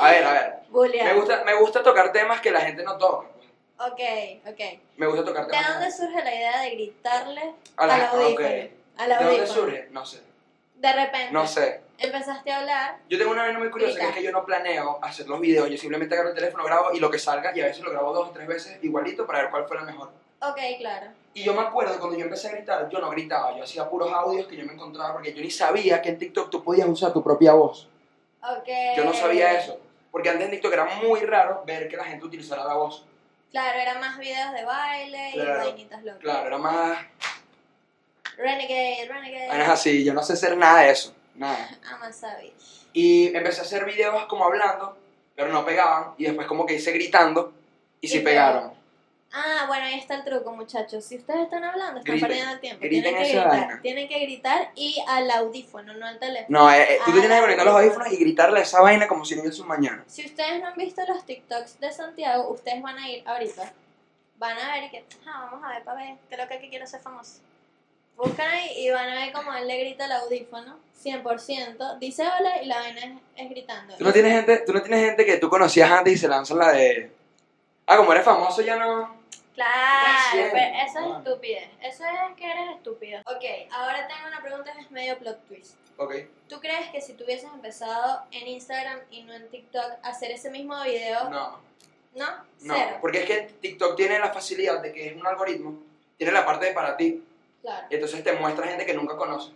S1: A ver, a ver.
S2: Bullear.
S1: Me gusta, me gusta tocar temas que la gente no toca. pues.
S2: Ok, ok.
S1: Me gusta tocar
S2: ¿De
S1: temas.
S2: dónde surge la idea de gritarle
S1: A la-
S2: al audífono?
S1: ok.
S2: Al
S1: ¿De dónde
S2: audífono.
S1: surge? No sé.
S2: De repente
S1: No sé.
S2: empezaste a hablar.
S1: Yo tengo una vaina muy curiosa que es
S2: Grita.
S1: que yo no planeo hacer los videos. Yo simplemente agarro el teléfono, grabo y lo que salga, y a veces lo grabo dos o tres veces igualito para ver cuál fue la mejor.
S2: Ok, claro.
S1: Y yo me acuerdo cuando yo empecé a gritar, yo no gritaba, yo hacía puros audios que yo me encontraba porque yo ni sabía que en TikTok tú podías usar tu propia voz.
S2: Ok.
S1: Yo no sabía
S2: Eh.
S1: eso. Porque antes en TikTok era muy raro ver que la gente utilizara la voz.
S2: Claro, eran más videos de baile
S1: Claro.
S2: y vainitas locas.
S1: Claro, era más.
S2: Eh. Renegade, Renegade.
S1: vainas así, yo no sé hacer nada de eso. Nada.
S2: I'm a savage.
S1: Y empecé a hacer videos como hablando, pero no pegaban. Y después como que hice gritando y sí
S2: Y
S1: pegaron.
S2: Ah, bueno, ahí está el truco, muchachos. Si ustedes están hablando, están
S1: Griten.
S2: perdiendo el tiempo.
S1: Griten
S2: Tienen que
S1: esa
S2: gritar.
S1: vaina.
S2: Tienen que gritar y al audífono, no al teléfono.
S1: No, eh, eh, tú te
S2: Ah.
S1: tienes que conectar los audífonos y gritarle esa vaina como si no hubiese un mañana.
S2: Si ustedes no han visto los TikToks de Santiago, ustedes van a ir ahorita. Van a ver y que, ah, vamos a ver, para ver, creo que aquí quiero ser famoso. Buscan ahí y van a ver cómo él le grita al audífono, 100%, dice hola y la vaina es, es gritando.
S1: Tú no tienes gente, tú no tienes gente que tú conocías antes y se lanzan la de. Ah, como eres famoso ya no.
S2: Claro,
S1: Gracias.
S2: pero eso es
S1: Bueno.
S2: estupidez, eso es que eres estúpido. Ok, ahora tengo una pregunta que es medio plot twist.
S1: Ok.
S2: ¿Tú crees que si tú hubieses empezado en Instagram y no en TikTok a hacer ese mismo video, no?
S1: No, no.
S2: Cero.
S1: Porque es que TikTok tiene la facilidad de que es un algoritmo, tiene la parte de para ti,
S2: Claro.
S1: y entonces te muestra gente que nunca conoce.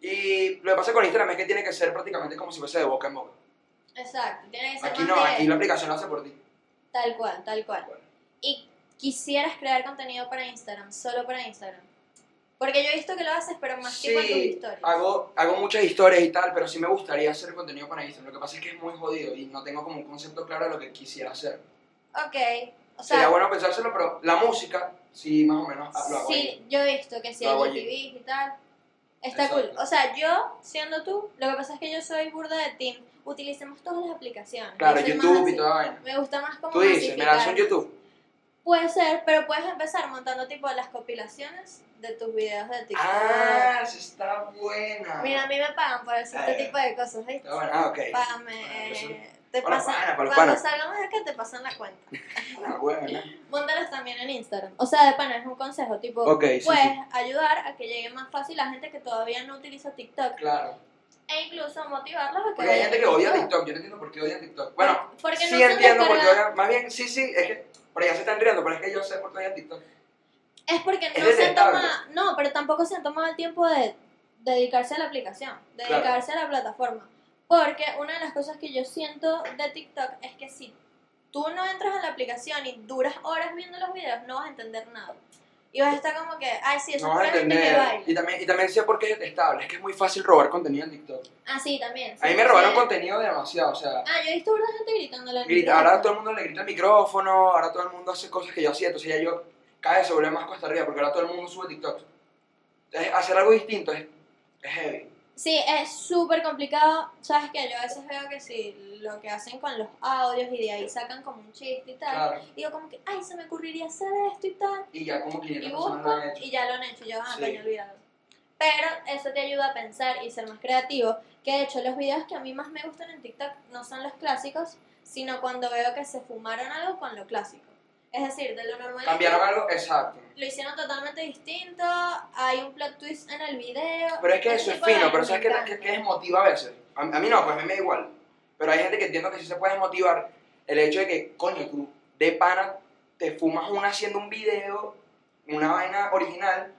S1: Y lo que pasa con Instagram es que tiene que ser prácticamente como si fuese de boca en boca.
S2: Exacto, tiene que ser
S1: Aquí
S2: más
S1: no,
S2: de-
S1: aquí la aplicación lo hace por ti.
S2: Tal cual, tal cual. Y quisieras crear contenido para Instagram, solo para Instagram. Porque yo he visto que lo haces, pero más tipo en tus
S1: Sí,
S2: historias.
S1: hago, hago muchas historias y tal, pero sí me gustaría hacer contenido para Instagram. Lo que pasa es que es muy jodido y no tengo como un concepto claro de lo que quisiera hacer.
S2: Ok, o
S1: Sería
S2: sea,
S1: bueno pensárselo, pero la música, sí, más o menos ah, lo hago. ahí.
S2: sí, yo he visto que si
S1: Lo
S2: hay
S1: hago allí.
S2: GTV y tal. Está
S1: Exacto.
S2: cool. O sea, yo, siendo tú, lo que pasa es que yo soy burda de team. Utilicemos todas las aplicaciones.
S1: Claro,
S2: Yo soy más
S1: YouTube
S2: así.
S1: y toda vaina.
S2: Me gusta más como
S1: Tú dices, me lanzo en
S2: masificar.
S1: YouTube.
S2: Puede ser, pero puedes empezar montando tipo las compilaciones de tus videos de TikTok.
S1: Ah, esa está buena.
S2: Mira, a mí me pagan por hacer este
S1: Ah, ya.
S2: tipo de cosas, ¿viste?
S1: Está buena. Ah, ok.
S2: Págame.
S1: Bueno, yo
S2: eh, te
S1: Para los
S2: pasan-
S1: panas, para los
S2: cuando
S1: panas.
S2: salgamos de acá te pasan la cuenta.
S1: Una Ah,
S2: Pues,
S1: buena.
S2: Móntalos también en Instagram. O sea, de pana es un consejo, tipo,
S1: Ok, sí,
S2: puedes
S1: sí.
S2: pues, ayudar a que llegue más fácil a gente que todavía no utiliza TikTok
S1: Claro.
S2: e incluso motivarlos a que
S1: Porque hay
S2: vayan
S1: gente
S2: a
S1: que odia TikTok, yo no entiendo por qué odian TikTok. Bueno,
S2: Por- porque
S1: sí
S2: no se
S1: entiendo por qué
S2: descargan-
S1: odian. Más bien, sí, sí, es que. Pero ya se están riendo, pero es que yo sé por qué odian TikTok.
S2: Es porque
S1: Es
S2: no se han
S1: detestable.
S2: tomado, no, pero tampoco se han tomado el tiempo de dedicarse a la aplicación,
S1: Claro.
S2: dedicarse a la plataforma. Porque una de las cosas que yo siento de TikTok es que si tú no entras a la aplicación y duras horas viendo los videos, no vas a entender nada. Y vas a estar como que, ay, sí, eso
S1: No vas
S2: es
S1: a
S2: pura gente que
S1: entender. Y
S2: baila.
S1: también, y también sé por qué es detestable. Es que es muy fácil robar contenido en TikTok.
S2: Ah, sí, también.
S1: A
S2: sí,
S1: mí me robaron
S2: sí.
S1: contenido demasiado. O sea,
S2: Ah, yo he visto una gente gritándole al
S1: grita- ahora todo
S2: micrófono.
S1: el mundo le grita al micrófono, ahora todo el mundo hace cosas que yo hacía. Entonces ya yo cada vez se vuelve más cuesta arriba porque ahora todo el mundo sube TikTok. Entonces, hacer algo distinto es, es heavy.
S2: Sí, es súper complicado. Sabes que yo a veces veo que sí, lo que hacen con los audios y de ahí sacan como un chiste y tal.
S1: Claro.
S2: digo como que, ay, se me ocurriría hacer esto y tal.
S1: Y ya como 500
S2: Y
S1: personas
S2: busco
S1: lo han hecho.
S2: y ya lo han hecho. Yo, ah,
S1: Sí.
S2: coño, olvidado. Pero eso te ayuda a pensar y ser más creativo. Que de hecho, los videos que a mí más me gustan en TikTok no son los clásicos, sino cuando veo que se fumaron algo con lo clásico. Es decir, de lo normal.
S1: Cambiaron algo, exacto.
S2: Lo hicieron totalmente distinto, hay un plot twist en el video.
S1: Pero es que
S2: ese
S1: eso es
S2: tipo de
S1: fino, pero
S2: vaina
S1: ¿sabes
S2: me
S1: qué,
S2: encanta.
S1: qué desmotiva a veces? A, a mí no, pues a mí me da igual. Pero hay gente que entiendo que sí se puede desmotivar el hecho de que, coño, tú de pana te fumas una haciendo un video, una vaina original.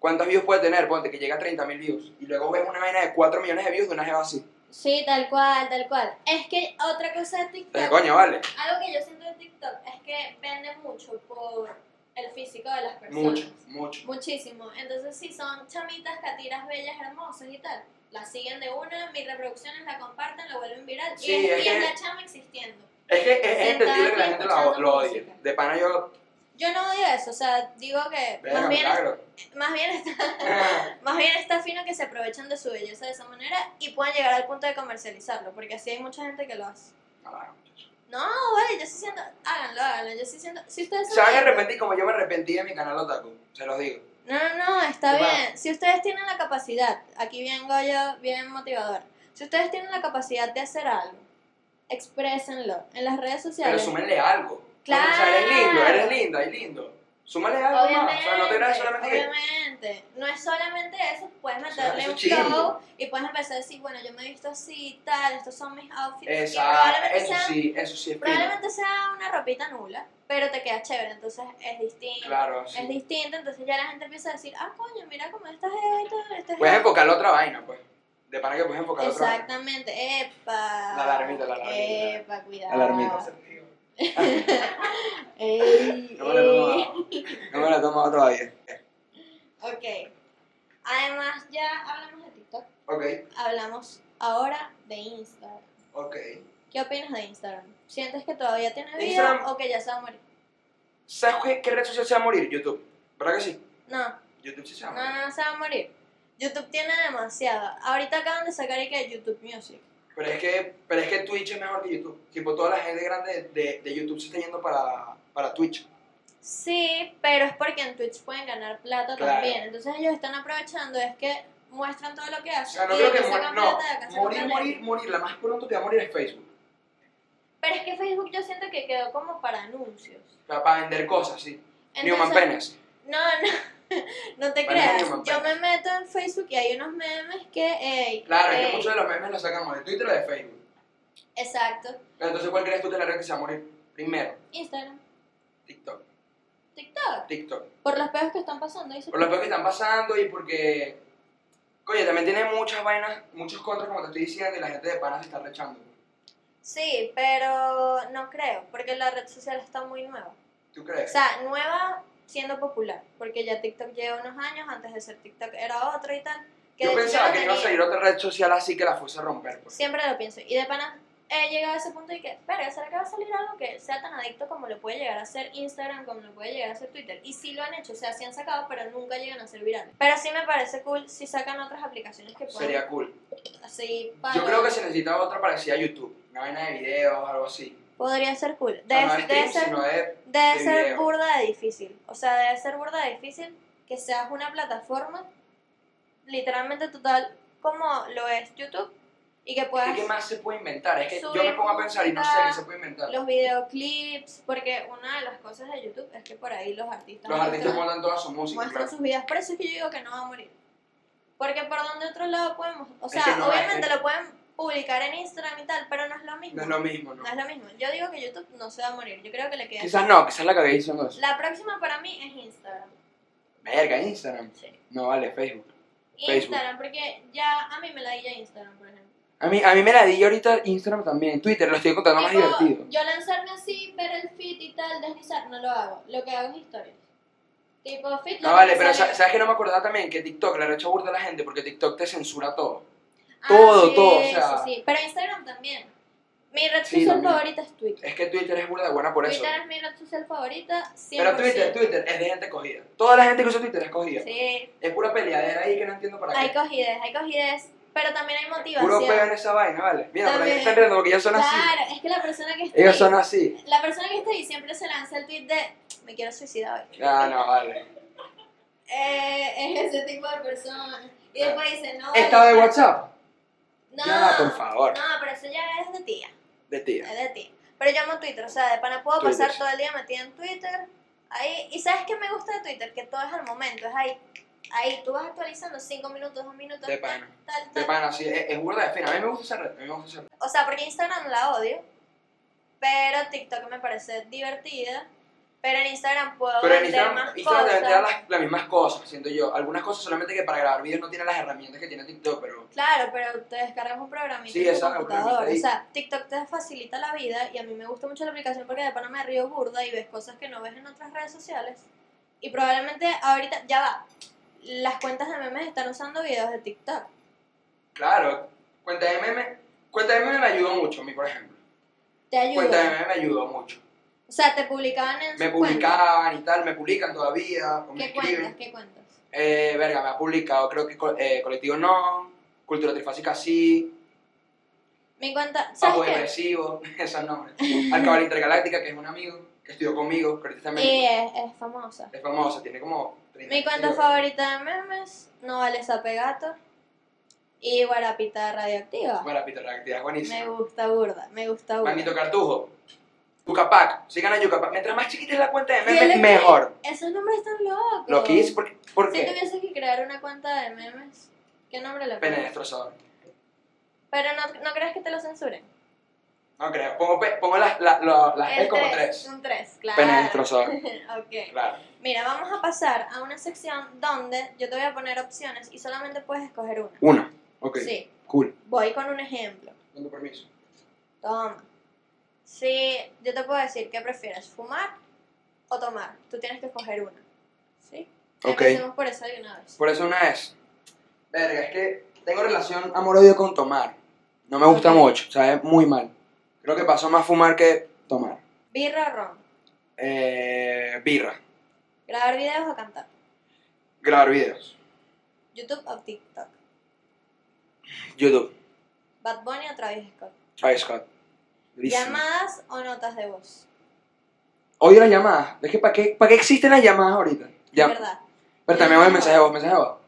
S1: ¿Cuántos views puede tener? Ponte que llega a 30.000 views. Y luego ves una vaina de 4 millones de views de una jeva así.
S2: Sí, tal cual, tal cual. Es que otra cosa de
S1: Entonces,
S2: TikTok,
S1: coño, vale.
S2: algo que yo siento de TikTok es que vende mucho por el físico de las personas.
S1: Mucho, mucho.
S2: Muchísimo. Entonces, si son chamitas, catiras bellas, hermosas y tal, las siguen de una, mis reproducciones la comparten, la vuelven viral.
S1: Sí,
S2: y es,
S1: es
S2: y es
S1: que-
S2: la chama existiendo.
S1: Es que es- es
S2: Sentada
S1: entendible que la
S2: aquí
S1: gente lo,
S2: escuchando
S1: lo odie.
S2: música.
S1: De pana yo,
S2: Yo no odio eso, o sea, digo que
S1: verga,
S2: más bien,
S1: milagro.
S2: más, bien está, más bien está fino que se aprovechan de su belleza de esa manera y puedan llegar al punto de comercializarlo, porque así hay mucha gente que lo hace.
S1: Ah,
S2: No, vale, yo sí siento, háganlo, háganlo, yo sí siento, si ustedes son
S1: Se van a
S2: ricos-
S1: arrepentir como yo me arrepentí de mi canal Otaku. Se los digo.
S2: No, no, no, está
S1: ¿Qué
S2: bien.
S1: más?
S2: Si ustedes tienen la capacidad, aquí vengo yo bien motivador. Si ustedes tienen la capacidad de hacer algo, exprésenlo en las redes
S1: Pero
S2: sociales.
S1: súmenle algo.
S2: Claro.
S1: O sea, eres lindo, eres linda, eres lindo. Súmale algo más. O sea, no te creas solamente que.
S2: obviamente. No es solamente eso, puedes
S1: sea,
S2: meterle
S1: eso
S2: un
S1: es chimbo.
S2: flow y puedes empezar a decir, bueno, yo me he visto así, tal, estos son mis outfits. y
S1: Exacto,
S2: probablemente
S1: eso
S2: sea,
S1: sí, eso sí es fino.
S2: probablemente sea una ropita nula, pero te queda chévere, entonces es distinto.
S1: Claro,
S2: Es
S1: sí.
S2: distinto, entonces ya la gente empieza a decir, ah, coño, mira cómo estás esto, esto es
S1: Puedes enfocarlo a otra vaina, pues. De pana que puedes enfocarlo a otra vaina.
S2: Exactamente, epa.
S1: La alarmita, la alarmita.
S2: Epa, cuidado.
S1: No
S2: Ey,
S1: me la he
S2: ey.
S1: tomado. No me la he tomado todavía.
S2: Ok. Además, ya hablamos de TikTok.
S1: Ok,
S2: Hablamos ahora de Instagram.
S1: ok.
S2: ¿Qué opinas de Instagram? ¿Sientes que todavía tiene vida
S1: Instagram-
S2: o que ya se va a morir?
S1: ¿Sabes qué, qué red social se va a morir? YouTube. ¿Verdad que sí?
S2: No,
S1: YouTube sí se va a morir.
S2: no, no se va a morir. YouTube tiene demasiada. Ahorita acaban de sacar y que YouTube Music.
S1: Pero es, que, pero es que Twitch es mejor que YouTube. Tipo, toda la gente grande de, de, de YouTube se está yendo para, para Twitch.
S2: Sí, pero es porque en Twitch pueden ganar plata
S1: Claro.
S2: también. Entonces ellos están aprovechando, es que muestran todo lo que
S1: O
S2: hacen.
S1: sea, no
S2: y
S1: creo
S2: de
S1: que
S2: aquí
S1: mor-
S2: sacan
S1: no,
S2: plata, de acá sacan
S1: morir,
S2: plata.
S1: morir, morir. La más pronto que va a morir es Facebook.
S2: Pero es que Facebook yo siento que quedó como para anuncios.
S1: O sea, para vender cosas, sí. Newman
S2: Entonces-
S1: Penes.
S2: No, no, no te
S1: Parece
S2: creas.
S1: Newman
S2: Yo me
S1: Penes.
S2: meto en Facebook y hay unos memes que, ey,
S1: Claro, es
S2: ey,
S1: que muchos de los memes los sacamos de Twitter o de Facebook.
S2: Exacto.
S1: Pero entonces, ¿cuál crees tú de la red que se va a morir? Primero,
S2: Instagram,
S1: TikTok.
S2: TikTok.
S1: TikTok.
S2: Por los peos que están pasando. dice
S1: Por los peores que están pasando y porque. Coño, también tiene muchas vainas, muchos contras, como te estoy diciendo, y la gente de panas se está rechando. pues.
S2: Sí, pero no creo, porque la red social está muy nueva.
S1: ¿Tú
S2: O
S1: crees?
S2: sea, nueva siendo popular, porque ya TikTok lleva unos años, antes de ser TikTok era otro y tal. Que
S1: Yo
S2: de hecho
S1: pensaba
S2: lo
S1: que iba a
S2: tenía.
S1: salir otra red social así que la fuese a romper. pues.
S2: Siempre lo pienso. Y de pana he llegado a ese punto de que, verga, ¿será que va a salir algo que sea tan adicto como lo puede llegar a ser Instagram, como lo puede llegar a ser Twitter? Y sí lo han hecho, o sea, sí han sacado, pero nunca llegan a ser virales. Pero sí me parece cool si sacan otras aplicaciones que puedan
S1: Sería cool.
S2: así
S1: Yo
S2: pues, para-
S1: creo que se necesita otra parecida a YouTube. Una vaina de videos, algo así.
S2: Podría ser cool.
S1: O sea, no
S2: Debe,
S1: es
S2: debe
S1: tips,
S2: ser,
S1: sino de
S2: debe
S1: de
S2: ser
S1: video.
S2: burda de difícil. O sea, debe ser burda de difícil que seas una plataforma literalmente total como lo es YouTube y que puedas...
S1: ¿Y qué más se puede inventar? Es que yo me
S2: Subir
S1: pongo a pensar y no sé
S2: música,
S1: qué se puede inventar.
S2: los videoclips, porque una de las cosas de YouTube es que por ahí los artistas
S1: Los artistas
S2: muestran,
S1: montan toda su música.
S2: muestran
S1: claro.
S2: sus vidas, por eso es que yo digo que no va a morir. Porque por donde otro lado podemos, o sea,
S1: que no,
S2: obviamente
S1: es-
S2: lo pueden publicar en Instagram y tal, pero no es lo mismo.
S1: No es lo mismo, ¿no?
S2: No es lo mismo. Yo digo que YouTube no se va a morir, yo creo que le queda.
S1: Quizás no, quizás la cagué diciendo eso.
S2: La próxima para mí es Instagram.
S1: Verga, Instagram.
S2: Sí.
S1: No vale, Facebook. Facebook.
S2: Instagram, porque ya a mí me la di ya Instagram, por ejemplo.
S1: A mí, a mí me la di yo ahorita Instagram también. Twitter lo estoy contando más
S2: Tipo,
S1: divertido.
S2: Yo lanzarme así, ver el feed y tal, deslizar, no lo hago. Lo que hago es historias. Tipo, feed lo
S1: No Ah, vale,
S2: que
S1: pero
S2: sale-
S1: sa- ¿sabes que no me acordaba también? Que TikTok le ha hecho burda a la gente porque TikTok te censura todo.
S2: Ah,
S1: Todo,
S2: sí,
S1: todo, o
S2: sí,
S1: sea.
S2: sí. Pero Instagram también. Mi red
S1: Sí,
S2: social
S1: también.
S2: favorita es Twitter.
S1: Es que Twitter es burda buena por eso.
S2: Twitter es mi red social favorita. 100%.
S1: Pero Twitter, Twitter es de gente cogida. Toda la gente que usa Twitter es cogida.
S2: Sí,
S1: Es pura peleadera ahí que no entiendo para
S2: hay
S1: qué.
S2: cogidez, hay cogidez. Pero también hay motivación.
S1: Puro peo en esa vaina, vale. Mira, por ahí
S2: También.
S1: están riendo porque ellos son así.
S2: claro, es que la persona que está
S1: Ellos
S2: ahí,
S1: son así.
S2: la persona que está ahí siempre se lanza el tweet de me quiero suicidar hoy.
S1: Ah, no, vale.
S2: Eh, es ese tipo de persona. Y después dice, no.
S1: ¿Estado de
S2: vale,
S1: WhatsApp?
S2: No,
S1: Ya, por favor.
S2: No, pero eso ya es de tía.
S1: de tía.
S2: Es de ti. Pero yo amo Twitter, o sea, de pana puedo
S1: Twitter,
S2: pasar
S1: sí.
S2: todo el día metida en Twitter. Ahí, y sabes qué me gusta de Twitter, que todo es al momento, es ahí. Ahí tú vas actualizando 5 minutos, 2 minutos,
S1: De
S2: tal,
S1: pana.
S2: tal,
S1: De
S2: tal.
S1: pana, sí, es, es burda de fina. A mí me gusta esa red, a mí me gusta esa red.
S2: O sea, porque Instagram la odio, pero TikTok me parece divertida. Pero en Instagram puedo
S1: Pero en
S2: vender
S1: Instagram,
S2: más
S1: Instagram también te da
S2: cosas.
S1: las, las mismas cosas, siento yo. Algunas cosas solamente que para grabar videos no tiene las herramientas que tiene TikTok, pero
S2: Claro, pero te descargas un programita
S1: Sí,
S2: en tu
S1: exacto, un
S2: computador.
S1: programita
S2: O
S1: ahí.
S2: sea, TikTok te facilita la vida y a mí me gusta mucho la aplicación porque de pana me río burda y ves cosas que no ves en otras redes sociales. Y probablemente ahorita, ya va, las cuentas de memes están usando videos de TikTok.
S1: claro, cuenta de meme, cuenta de meme me ayudó mucho a mí, por ejemplo.
S2: Te
S1: Cuenta de
S2: ayuda.
S1: meme me ayudó mucho.
S2: O sea, te publicaban en sus
S1: Me
S2: cuentas.
S1: publicaban y tal, me publican todavía, o me
S2: ¿Qué cuentas?
S1: escriben.
S2: ¿Qué cuentas?
S1: Eh, verga, me ha publicado, creo que co- eh, Colectivo No, Cultura Trifásica sí,
S2: Mi cuenta,
S1: Papo
S2: ¿sabes
S1: Depresivo, esos nombres. Alcabal Intergaláctica, que es un amigo que estudió conmigo, que ahorita
S2: qué?
S1: también
S2: Y es, es famosa.
S1: es famoso, tiene como... 30
S2: Eh, Mi cuenta
S1: seguidores.
S2: favorita de memes, no vale Zapegato y Guarapita Radioactiva.
S1: Bueno, Peter, la actividad es buenísima.
S2: Me gusta burda, me gusta burda.
S1: Manito Cartujo. Yucapac. Sigan a Yucapac. Mientras más chiquita es la cuenta de
S2: Yo le
S1: memes,
S2: creo.
S1: mejor.
S2: Esos nombres están locos.
S1: Lo que hice, ¿por, por
S2: Si
S1: qué?
S2: tuviese que crear una cuenta de memes, ¿qué nombre le
S1: Pene
S2: pones?
S1: destrozador.
S2: Pero no, no creas que te lo censuren.
S1: No creo. Pongo, pe- pongo las, la- lo- las
S2: El
S1: P como
S2: tres, Ah.
S1: tres.
S2: Un 3, claro.
S1: Pene destrozador.
S2: ok.
S1: Claro.
S2: Mira, vamos a pasar a una sección donde yo te voy a poner opciones y solamente puedes escoger una.
S1: Una. Ok.
S2: Sí,
S1: Cool.
S2: voy con un ejemplo.
S1: Con tu permiso.
S2: Toma. Sí, yo te puedo decir qué prefieres, fumar o tomar. Tú tienes que escoger una. ¿Sí?
S1: Ok.
S2: Empecemos por esa de una vez.
S1: Por eso una es. Verga, es que tengo relación amor-odio con tomar. No me gusta mucho. O sea, es muy mal. Creo que pasó más fumar que tomar.
S2: Birra o ron.
S1: Eh, birra.
S2: Grabar videos o cantar.
S1: Grabar videos.
S2: YouTube o TikTok.
S1: YouTube.
S2: Bad Bunny o Travis Scott.
S1: Travis Scott. Durísimo.
S2: Llamadas o notas de voz.
S1: Odio las llamadas. Es que ¿para qué, ¿para qué existen las llamadas ahorita? Ya.
S2: Es verdad.
S1: Pero también voy a mensaje de voz, mensaje de voz.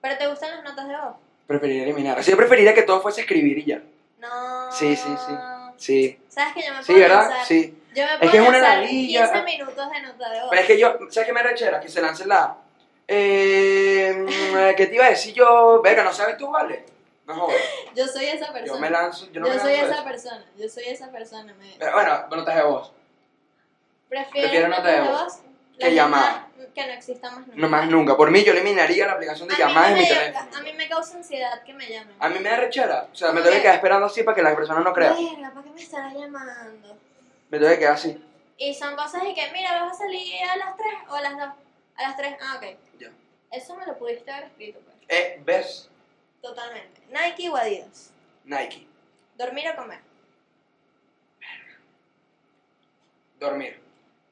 S2: ¿Pero te gustan las notas de voz?
S1: Preferiría eliminar. O sea, yo preferiría que todo fuese escribir y ya.
S2: No.
S1: Sí, sí, sí. Sí.
S2: ¿Sabes que yo me
S1: Sí,
S2: puedo
S1: ¿verdad?
S2: lanzar-
S1: Sí.
S2: Yo me
S1: Es
S2: puedo
S1: que es una
S2: lanzar
S1: ladilla.
S2: 15 minutos de nota de voz.
S1: Pero es que yo, ¿sabes qué me rechera? Que se lance la... Eh, ¿Qué te iba a decir yo? Verga, ¿no sabes tú, vale? No jodas.
S2: Yo soy esa persona.
S1: Yo me lanzo, yo no me
S2: soy
S1: lanzo
S2: esa
S1: eso.
S2: persona. Yo soy esa persona. Me...
S1: Pero bueno, notas de voz.
S2: Prefiero,
S1: prefiero
S2: notas
S1: nota de
S2: de
S1: voz
S2: voz.
S1: que llamada.
S2: llamadas Que no existan más nunca.
S1: No más nunca. Por mí yo eliminaría la aplicación de
S2: A mí
S1: llamadas de
S2: me
S1: mi
S2: dio-
S1: teléfono.
S2: A mí me causa ansiedad que me llamen.
S1: A mí me da rechera. O sea, me
S2: ¿Cómo
S1: tengo que
S2: que?
S1: quedar esperando así para que la persona no crea.
S2: Verga, ¿para qué me estarás llamando?
S1: Me tengo que quedar así.
S2: Y son cosas de que, mira, vas a salir a las 3 o a las 2. A las 3, ah, ok.
S1: Ya.
S2: Eso me lo pudiste haber escrito, pues.
S1: Eh, ¿Ves?
S2: Totalmente. Nike o Adidas.
S1: Nike.
S2: Dormir o comer.
S1: Dormir.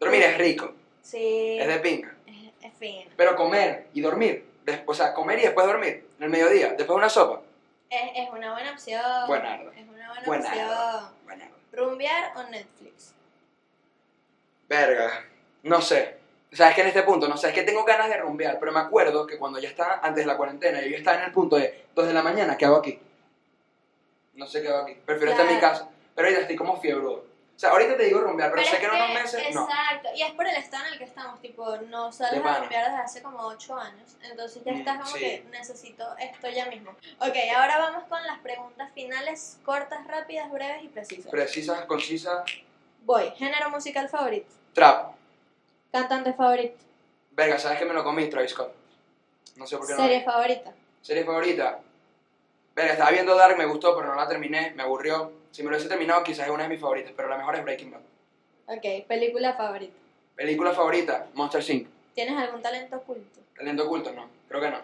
S1: Dormir es rico,
S2: Sí.
S1: es de pinga.
S2: es, es fino.
S1: Pero comer y dormir, des- o sea, comer y después dormir, en el mediodía, después una sopa.
S2: Es, es una buena opción.
S1: Buenardo.
S2: Es una buena
S1: Buenardo.
S2: opción.
S1: Bueno,
S2: Rumbear o Netflix.
S1: verga, no sé. O sea, es que en este punto, no sé, es que tengo ganas de rumbear, pero me acuerdo que cuando ya estaba, antes de la cuarentena, yo ya estaba en el punto de 2 de la mañana, ¿qué hago aquí? No sé qué hago aquí. Prefiero estar en mi
S2: Claro.
S1: casa, pero ahorita estoy como fiebre. O sea, ahorita te digo rumbear, pero, sé
S2: es
S1: que en unos meses, no.
S2: Exacto. Y es por el estado en el que estamos. Tipo, no sales
S1: De
S2: a
S1: pana.
S2: rumbear desde hace como 8 años. Entonces ya
S1: Mm,
S2: estás como
S1: sí.
S2: que necesito esto ya mismo. Ok, ahora vamos con las preguntas finales. Cortas, rápidas, breves y precisas.
S1: Precisas, concisas,
S2: Voy. Género musical favorito.
S1: trap.
S2: Cantante favorito.
S1: Verga, ¿sabes que me lo comí, Travis Scott? No sé por qué no.
S2: Serie favorita.
S1: Serie favorita. Verga, estaba viendo Dark, me gustó, pero no la terminé, me aburrió. Si me lo hubiese terminado, quizás es una de mis favoritas, pero la mejor es Breaking Bad.
S2: Ok, película favorita.
S1: Película favorita, Monster Inc.
S2: ¿Tienes algún talento oculto?
S1: Talento oculto, no. Creo que no.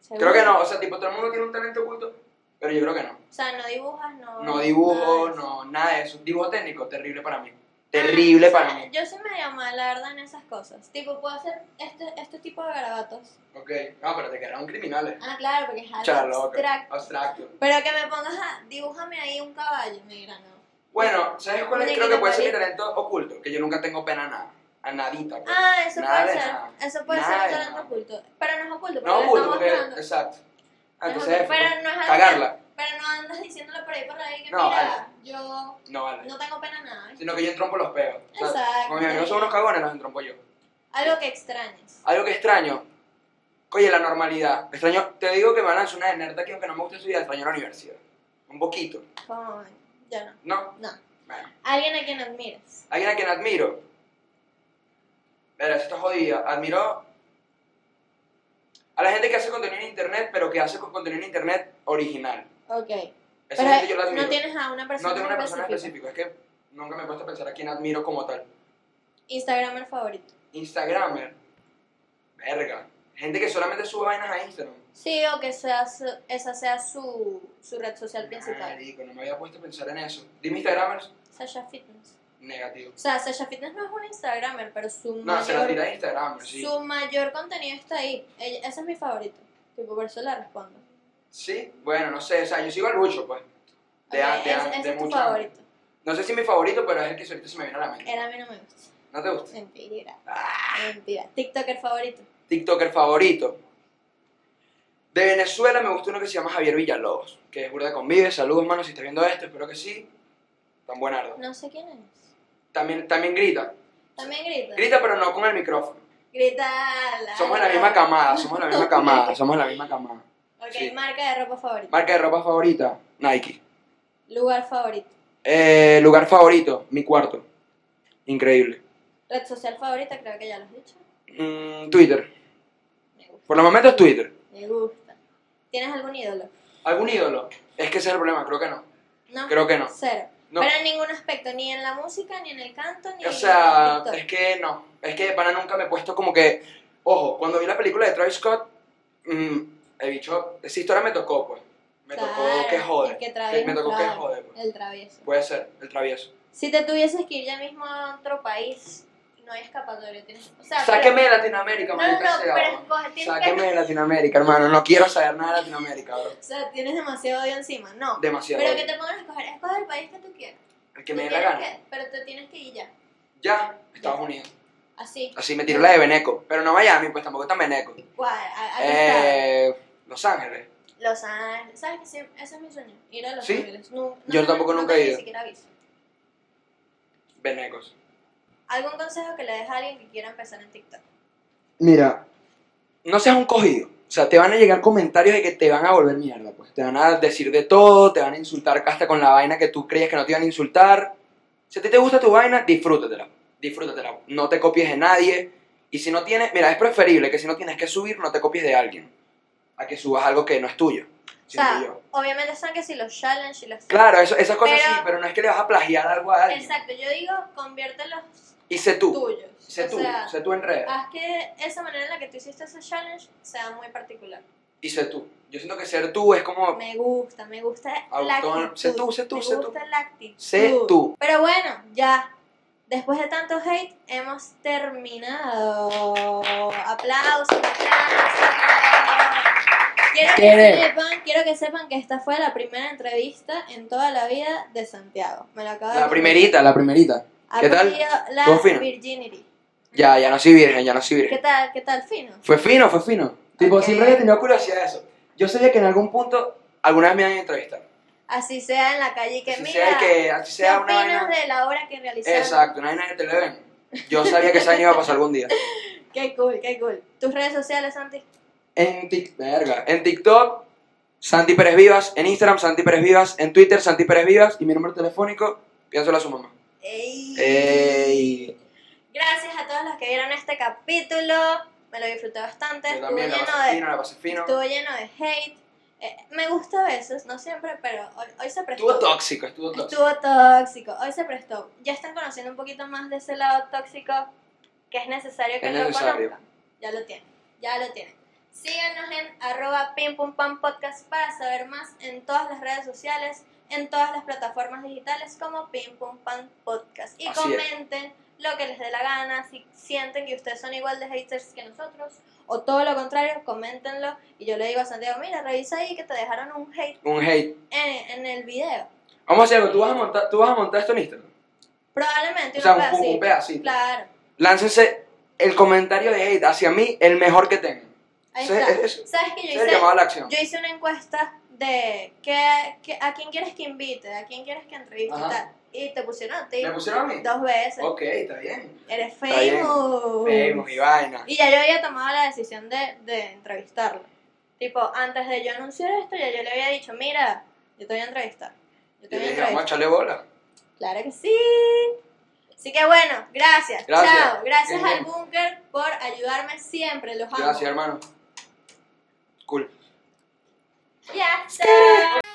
S2: ¿Seguro?
S1: Creo que no, o sea, tipo, todo el mundo tiene un talento oculto, pero yo creo que no.
S2: O sea, no dibujas, no.
S1: No dibujo,
S2: nada de eso.
S1: no, nada de eso. Dibujo técnico, terrible para mí.
S2: Ah,
S1: Terrible
S2: O sea,
S1: para mí.
S2: Yo soy medio mala, la verdad, en esas cosas. Tipo, puedo hacer este, este tipo de garabatos.
S1: Ok, no, pero te quedaron criminales.
S2: Ah, claro, porque es algo
S1: Charloca.
S2: abstracto.
S1: Abstracto.
S2: Pero que me pongas a. Dibújame ahí un caballo, me dirán, no.
S1: Bueno, ¿sabes cuál es?
S2: Oye,
S1: Creo
S2: que
S1: que puede ser mi
S2: Natalita.
S1: talento oculto, que yo nunca tengo pena a nada. A nadita. pues.
S2: Ah, eso
S1: Nada
S2: puede
S1: de
S2: ser.
S1: nada.
S2: Eso puede
S1: Nada
S2: ser
S1: de
S2: un talento
S1: nada.
S2: oculto. Pero no es oculto, porque
S1: No
S2: lo
S1: oculto,
S2: estamos
S1: porque.
S2: mostrando.
S1: Exacto. Ah,
S2: No es
S1: entonces,
S2: oculto, pero no es algo.
S1: cagarla.
S2: Pero no andas diciéndole por ahí por ahí que
S1: No,
S2: mira, yo
S1: No vale.
S2: no tengo pena nada.
S1: Sino que yo entrompo los peos. O sea,
S2: Exacto.
S1: Como mis amigos son unos cagones, los entrompo yo.
S2: Algo que extrañes.
S1: Algo que extraño. Oye, la normalidad. Extraño, te digo que me van a hacer una de nerd que aunque no me guste su vida, extraño la universidad. Un poquito.
S2: Como yo no.
S1: ¿No?
S2: No.
S1: Bueno.
S2: Alguien a quien admires.
S1: Alguien a quien admiro. Pero esto es jodido. Admiro a la gente que hace contenido en internet, pero que hace con contenido en internet original.
S2: Ok.
S1: Esa
S2: Pero
S1: gente yo la admiro.
S2: no tienes a una persona
S1: No tengo una persona
S2: específica.
S1: específica, es que nunca me he puesto a pensar a quién admiro como tal.
S2: Instagramer favorito.
S1: Instagramer, verga. Gente que solamente sube vainas a Instagram.
S2: Sí, o que sea su- esa sea su, su red social principal.
S1: Eh, Marico, no me había puesto a pensar en eso. Dime Instagramers,
S2: Sasha Fitness.
S1: negativo.
S2: O sea, Sasha Fitness no es una Instagramer, pero su
S1: No, se la
S2: mayor-
S1: tira a Instagram, sí.
S2: Su mayor contenido está ahí. Ella- ese es mi favorito. Tipo, por eso la respondo.
S1: Sí, bueno, no sé, o sea, yo sigo al Lucho, pues. De,
S2: Ok,
S1: a- de, a-
S2: ese ese
S1: de
S2: es tu
S1: mucho-
S2: favorito. Eh,
S1: No sé si mi favorito, pero es el que ahorita se me vino a la mente.
S2: Él a mí no me gusta.
S1: ¿No te
S2: eh.
S1: gusta?
S2: Mentira.
S1: Ah,
S2: Mentira. TikToker favorito.
S1: TikToker favorito. De Venezuela me gusta uno que se llama Javier Villalobos, que es burda convive. Saludos, hermano, si estás viendo esto, espero que sí. Tan buenardo.
S2: No sé quién es.
S1: También, también grita.
S2: También grita.
S1: Grita, pero no con el micrófono.
S2: Grita. la-
S1: Somos de la misma camada, somos de la misma camada, somos de la misma camada.
S2: Ok,
S1: Sí.
S2: marca de ropa favorita.
S1: Marca de ropa favorita, Nike.
S2: Lugar favorito.
S1: Eh, lugar favorito, mi cuarto. Increíble.
S2: Red social favorita, creo que ya lo has dicho.
S1: Mm, Twitter.
S2: Me gusta.
S1: Por los momentos Twitter.
S2: Me gusta. ¿Tienes algún ídolo?
S1: ¿Algún ídolo? Es que ese es el problema, creo que no.
S2: No.
S1: Creo que no.
S2: Cero.
S1: No.
S2: Pero en ningún aspecto, ni en la música, ni en el canto, ni
S1: O
S2: en
S1: sea,
S2: TikTok.
S1: es que no. Es que de pana nunca me he puesto como que. Ojo, cuando vi la película de Travis Scott, mm, el bicho, esa historia me tocó, pues. Me tocó
S2: Claro,
S1: que jode.
S2: el que
S1: Que me
S2: travieso,
S1: tocó que
S2: claro.
S1: jode, pues.
S2: El travieso.
S1: Puede ser, el travieso.
S2: Si te tuvieses que ir ya mismo a otro país, no hay escapatoria. Tienes, o sea,
S1: Sáqueme de Latinoamérica,
S2: pero, no, no,
S1: maldita
S2: no,
S1: sea,
S2: pero
S1: bro.
S2: escoge, tienes, que-
S1: Sáqueme de Latinoamérica, hermano. No quiero saber nada de Latinoamérica, bro.
S2: o sea, tienes demasiado odio encima, no.
S1: Demasiado.
S2: pero que te pongas a escoger, escoge el país que tú quieras.
S1: El que
S2: Tú
S1: me dé la
S2: tienes
S1: gana.
S2: que- pero te tienes que ir ya,
S1: Ya, Estados
S2: Ya.
S1: Unidos.
S2: así,
S1: Así me tiró la de Beneco. Pero no Miami, pues tampoco está Beneco.
S2: cual, a- aquí está.
S1: Eh, Los Ángeles.
S2: Los Ángeles, ¿sabes que sí? Ese es mi sueño, ir a Los
S1: ¿Sí?
S2: Ángeles. No, no
S1: Yo
S2: me-
S1: tampoco
S2: no
S1: nunca
S2: me
S1: he ido.
S2: Ni siquiera aviso.
S1: Benecos.
S2: ¿Algún consejo que le des a alguien que quiera empezar en TikTok?
S1: Mira, no seas un cogido. O sea, te van a llegar comentarios de que te van a volver mierda, pues. Te van a decir de todo, te van a insultar hasta con la vaina que tú creías que no te iban a insultar. Si a ti te gusta tu vaina, disfrútatela. Disfrútatela. No te copies de nadie. Y si no tienes, mira, es preferible que si no tienes que subir, no te copies de alguien. A que subas algo que no es tuyo.
S2: O
S1: siento
S2: sea,
S1: yo.
S2: obviamente están que si los challenge y los...
S1: Claro, eso- esas cosas
S2: Pero-
S1: sí, pero no es que le vas a plagiar algo a alguien.
S2: Exacto, yo digo, conviértelos
S1: Y sé tú.
S2: tuyos.
S1: Sé
S2: o
S1: tú.
S2: sea, ah.
S1: sé tú en redes.
S2: haz que esa manera en la que tú hiciste ese challenge sea muy particular.
S1: Y sé tú. Yo siento que ser tú es como
S2: Me gusta, me gusta la
S1: Autónomo.
S2: actitud.
S1: Oh. Sé tú, sé tú,
S2: me
S1: sé tú.
S2: gusta la actitud.
S1: Sé tú.
S2: Pero bueno, ya. Después de tanto hate, hemos terminado. Aplausos, aplausos. Quiero que,
S1: Quiere.
S2: sepan, quiero que sepan que esta fue la primera entrevista en toda la vida de Santiago. Me lo acabo de
S1: La primerita, la primerita.
S2: Ha
S1: ¿Qué tal?
S2: perdido La
S1: ¿Todo fino?
S2: virginity.
S1: Ya, ya no soy virgen, ya no soy
S2: ¿Qué
S1: virgen.
S2: tal? ¿Qué tal fino?
S1: Fue fino, fue fino. Tipo,
S2: Ok.
S1: siempre había tenido curiosidad de eso. Yo sabía que en algún punto alguna vez me iban a entrevistar.
S2: Así sea en la calle y que
S1: así
S2: mira.
S1: sea, que, así
S2: ¿Qué
S1: sea una
S2: opinas
S1: vaina.
S2: de la obra que realizaron?
S1: Exacto, una vaina de Televen. Yo sabía que esa vaina iba a pasar algún día.
S2: Qué cool, qué cool. ¿Tus redes sociales, Santi?
S1: En, tic- verga, en TikTok, Santi Pérez Vivas. En Instagram, Santi Pérez Vivas. En Twitter, Santi Pérez Vivas. Y mi número telefónico, piénsalo a su mamá.
S2: Ey.
S1: Eh, Ey.
S2: Gracias a todos los que vieron este capítulo. Me lo disfruté bastante.
S1: Yo
S2: Estuvo
S1: también
S2: lleno,
S1: la pasé
S2: de,
S1: fino, la pasé fino.
S2: estuvo lleno de hate. Eh, me gusta a veces, no siempre, pero hoy, hoy se prestó.
S1: Estuvo tóxico, estuvo tóxico.
S2: Estuvo tóxico. Hoy se prestó. Ya están conociendo un poquito más de ese lado tóxico que es necesario que
S1: Es
S2: lo
S1: necesario.
S2: conozcan. Ya lo tienen, ya lo tienen. Síganos en arroba pim pum pam podcast para saber más en todas las redes sociales, en todas las plataformas digitales como pim pum pam podcast. Y
S1: Así es.
S2: comenten lo que les dé la gana, si sienten que ustedes son igual de haters que nosotros o todo lo contrario, coméntenlo y yo le digo a Santiago, mira, revisa ahí que te dejaron un hate
S1: Un hate.
S2: en, en el video.
S1: Vamos a hacer algo, tú vas a montar, tú vas a montar esto en Instagram.
S2: Probablemente
S1: O sea,
S2: una
S1: un,
S2: pedacito.
S1: un pedacito.
S2: Claro,
S1: Láncense el comentario de hate hacia mí, el mejor que tengan.
S2: ahí
S1: Ese-
S2: está.
S1: ese- ese
S2: ¿Sabes que yo
S1: es el
S2: hice?
S1: llamado a la acción.
S2: Yo hice una encuesta de qué, qué- a quién quieres que invite, a quién quieres que entreviste y
S1: Ajá.
S2: tal. Y te pusieron a ti
S1: ¿Me pusieron a mí?
S2: dos veces.
S1: Ok, está bien.
S2: Eres
S1: Está bien.
S2: Facebook.
S1: Facebook y vaina.
S2: Y ya yo había tomado la decisión de, de entrevistarlo. Tipo, antes de yo anunciar esto, ya yo le había dicho, mira, yo te voy a entrevistar. Yo
S1: Y
S2: te voy
S1: le
S2: a
S1: dije, vamos a
S2: entrevistar.
S1: echarle bola.
S2: Claro que sí. Así que bueno, gracias.
S1: Gracias.
S2: Chao. Gracias
S1: Bien,
S2: al
S1: bien.
S2: búnker por ayudarme siempre. Los amo.
S1: Gracias, hermano. Cool.
S2: Ya está.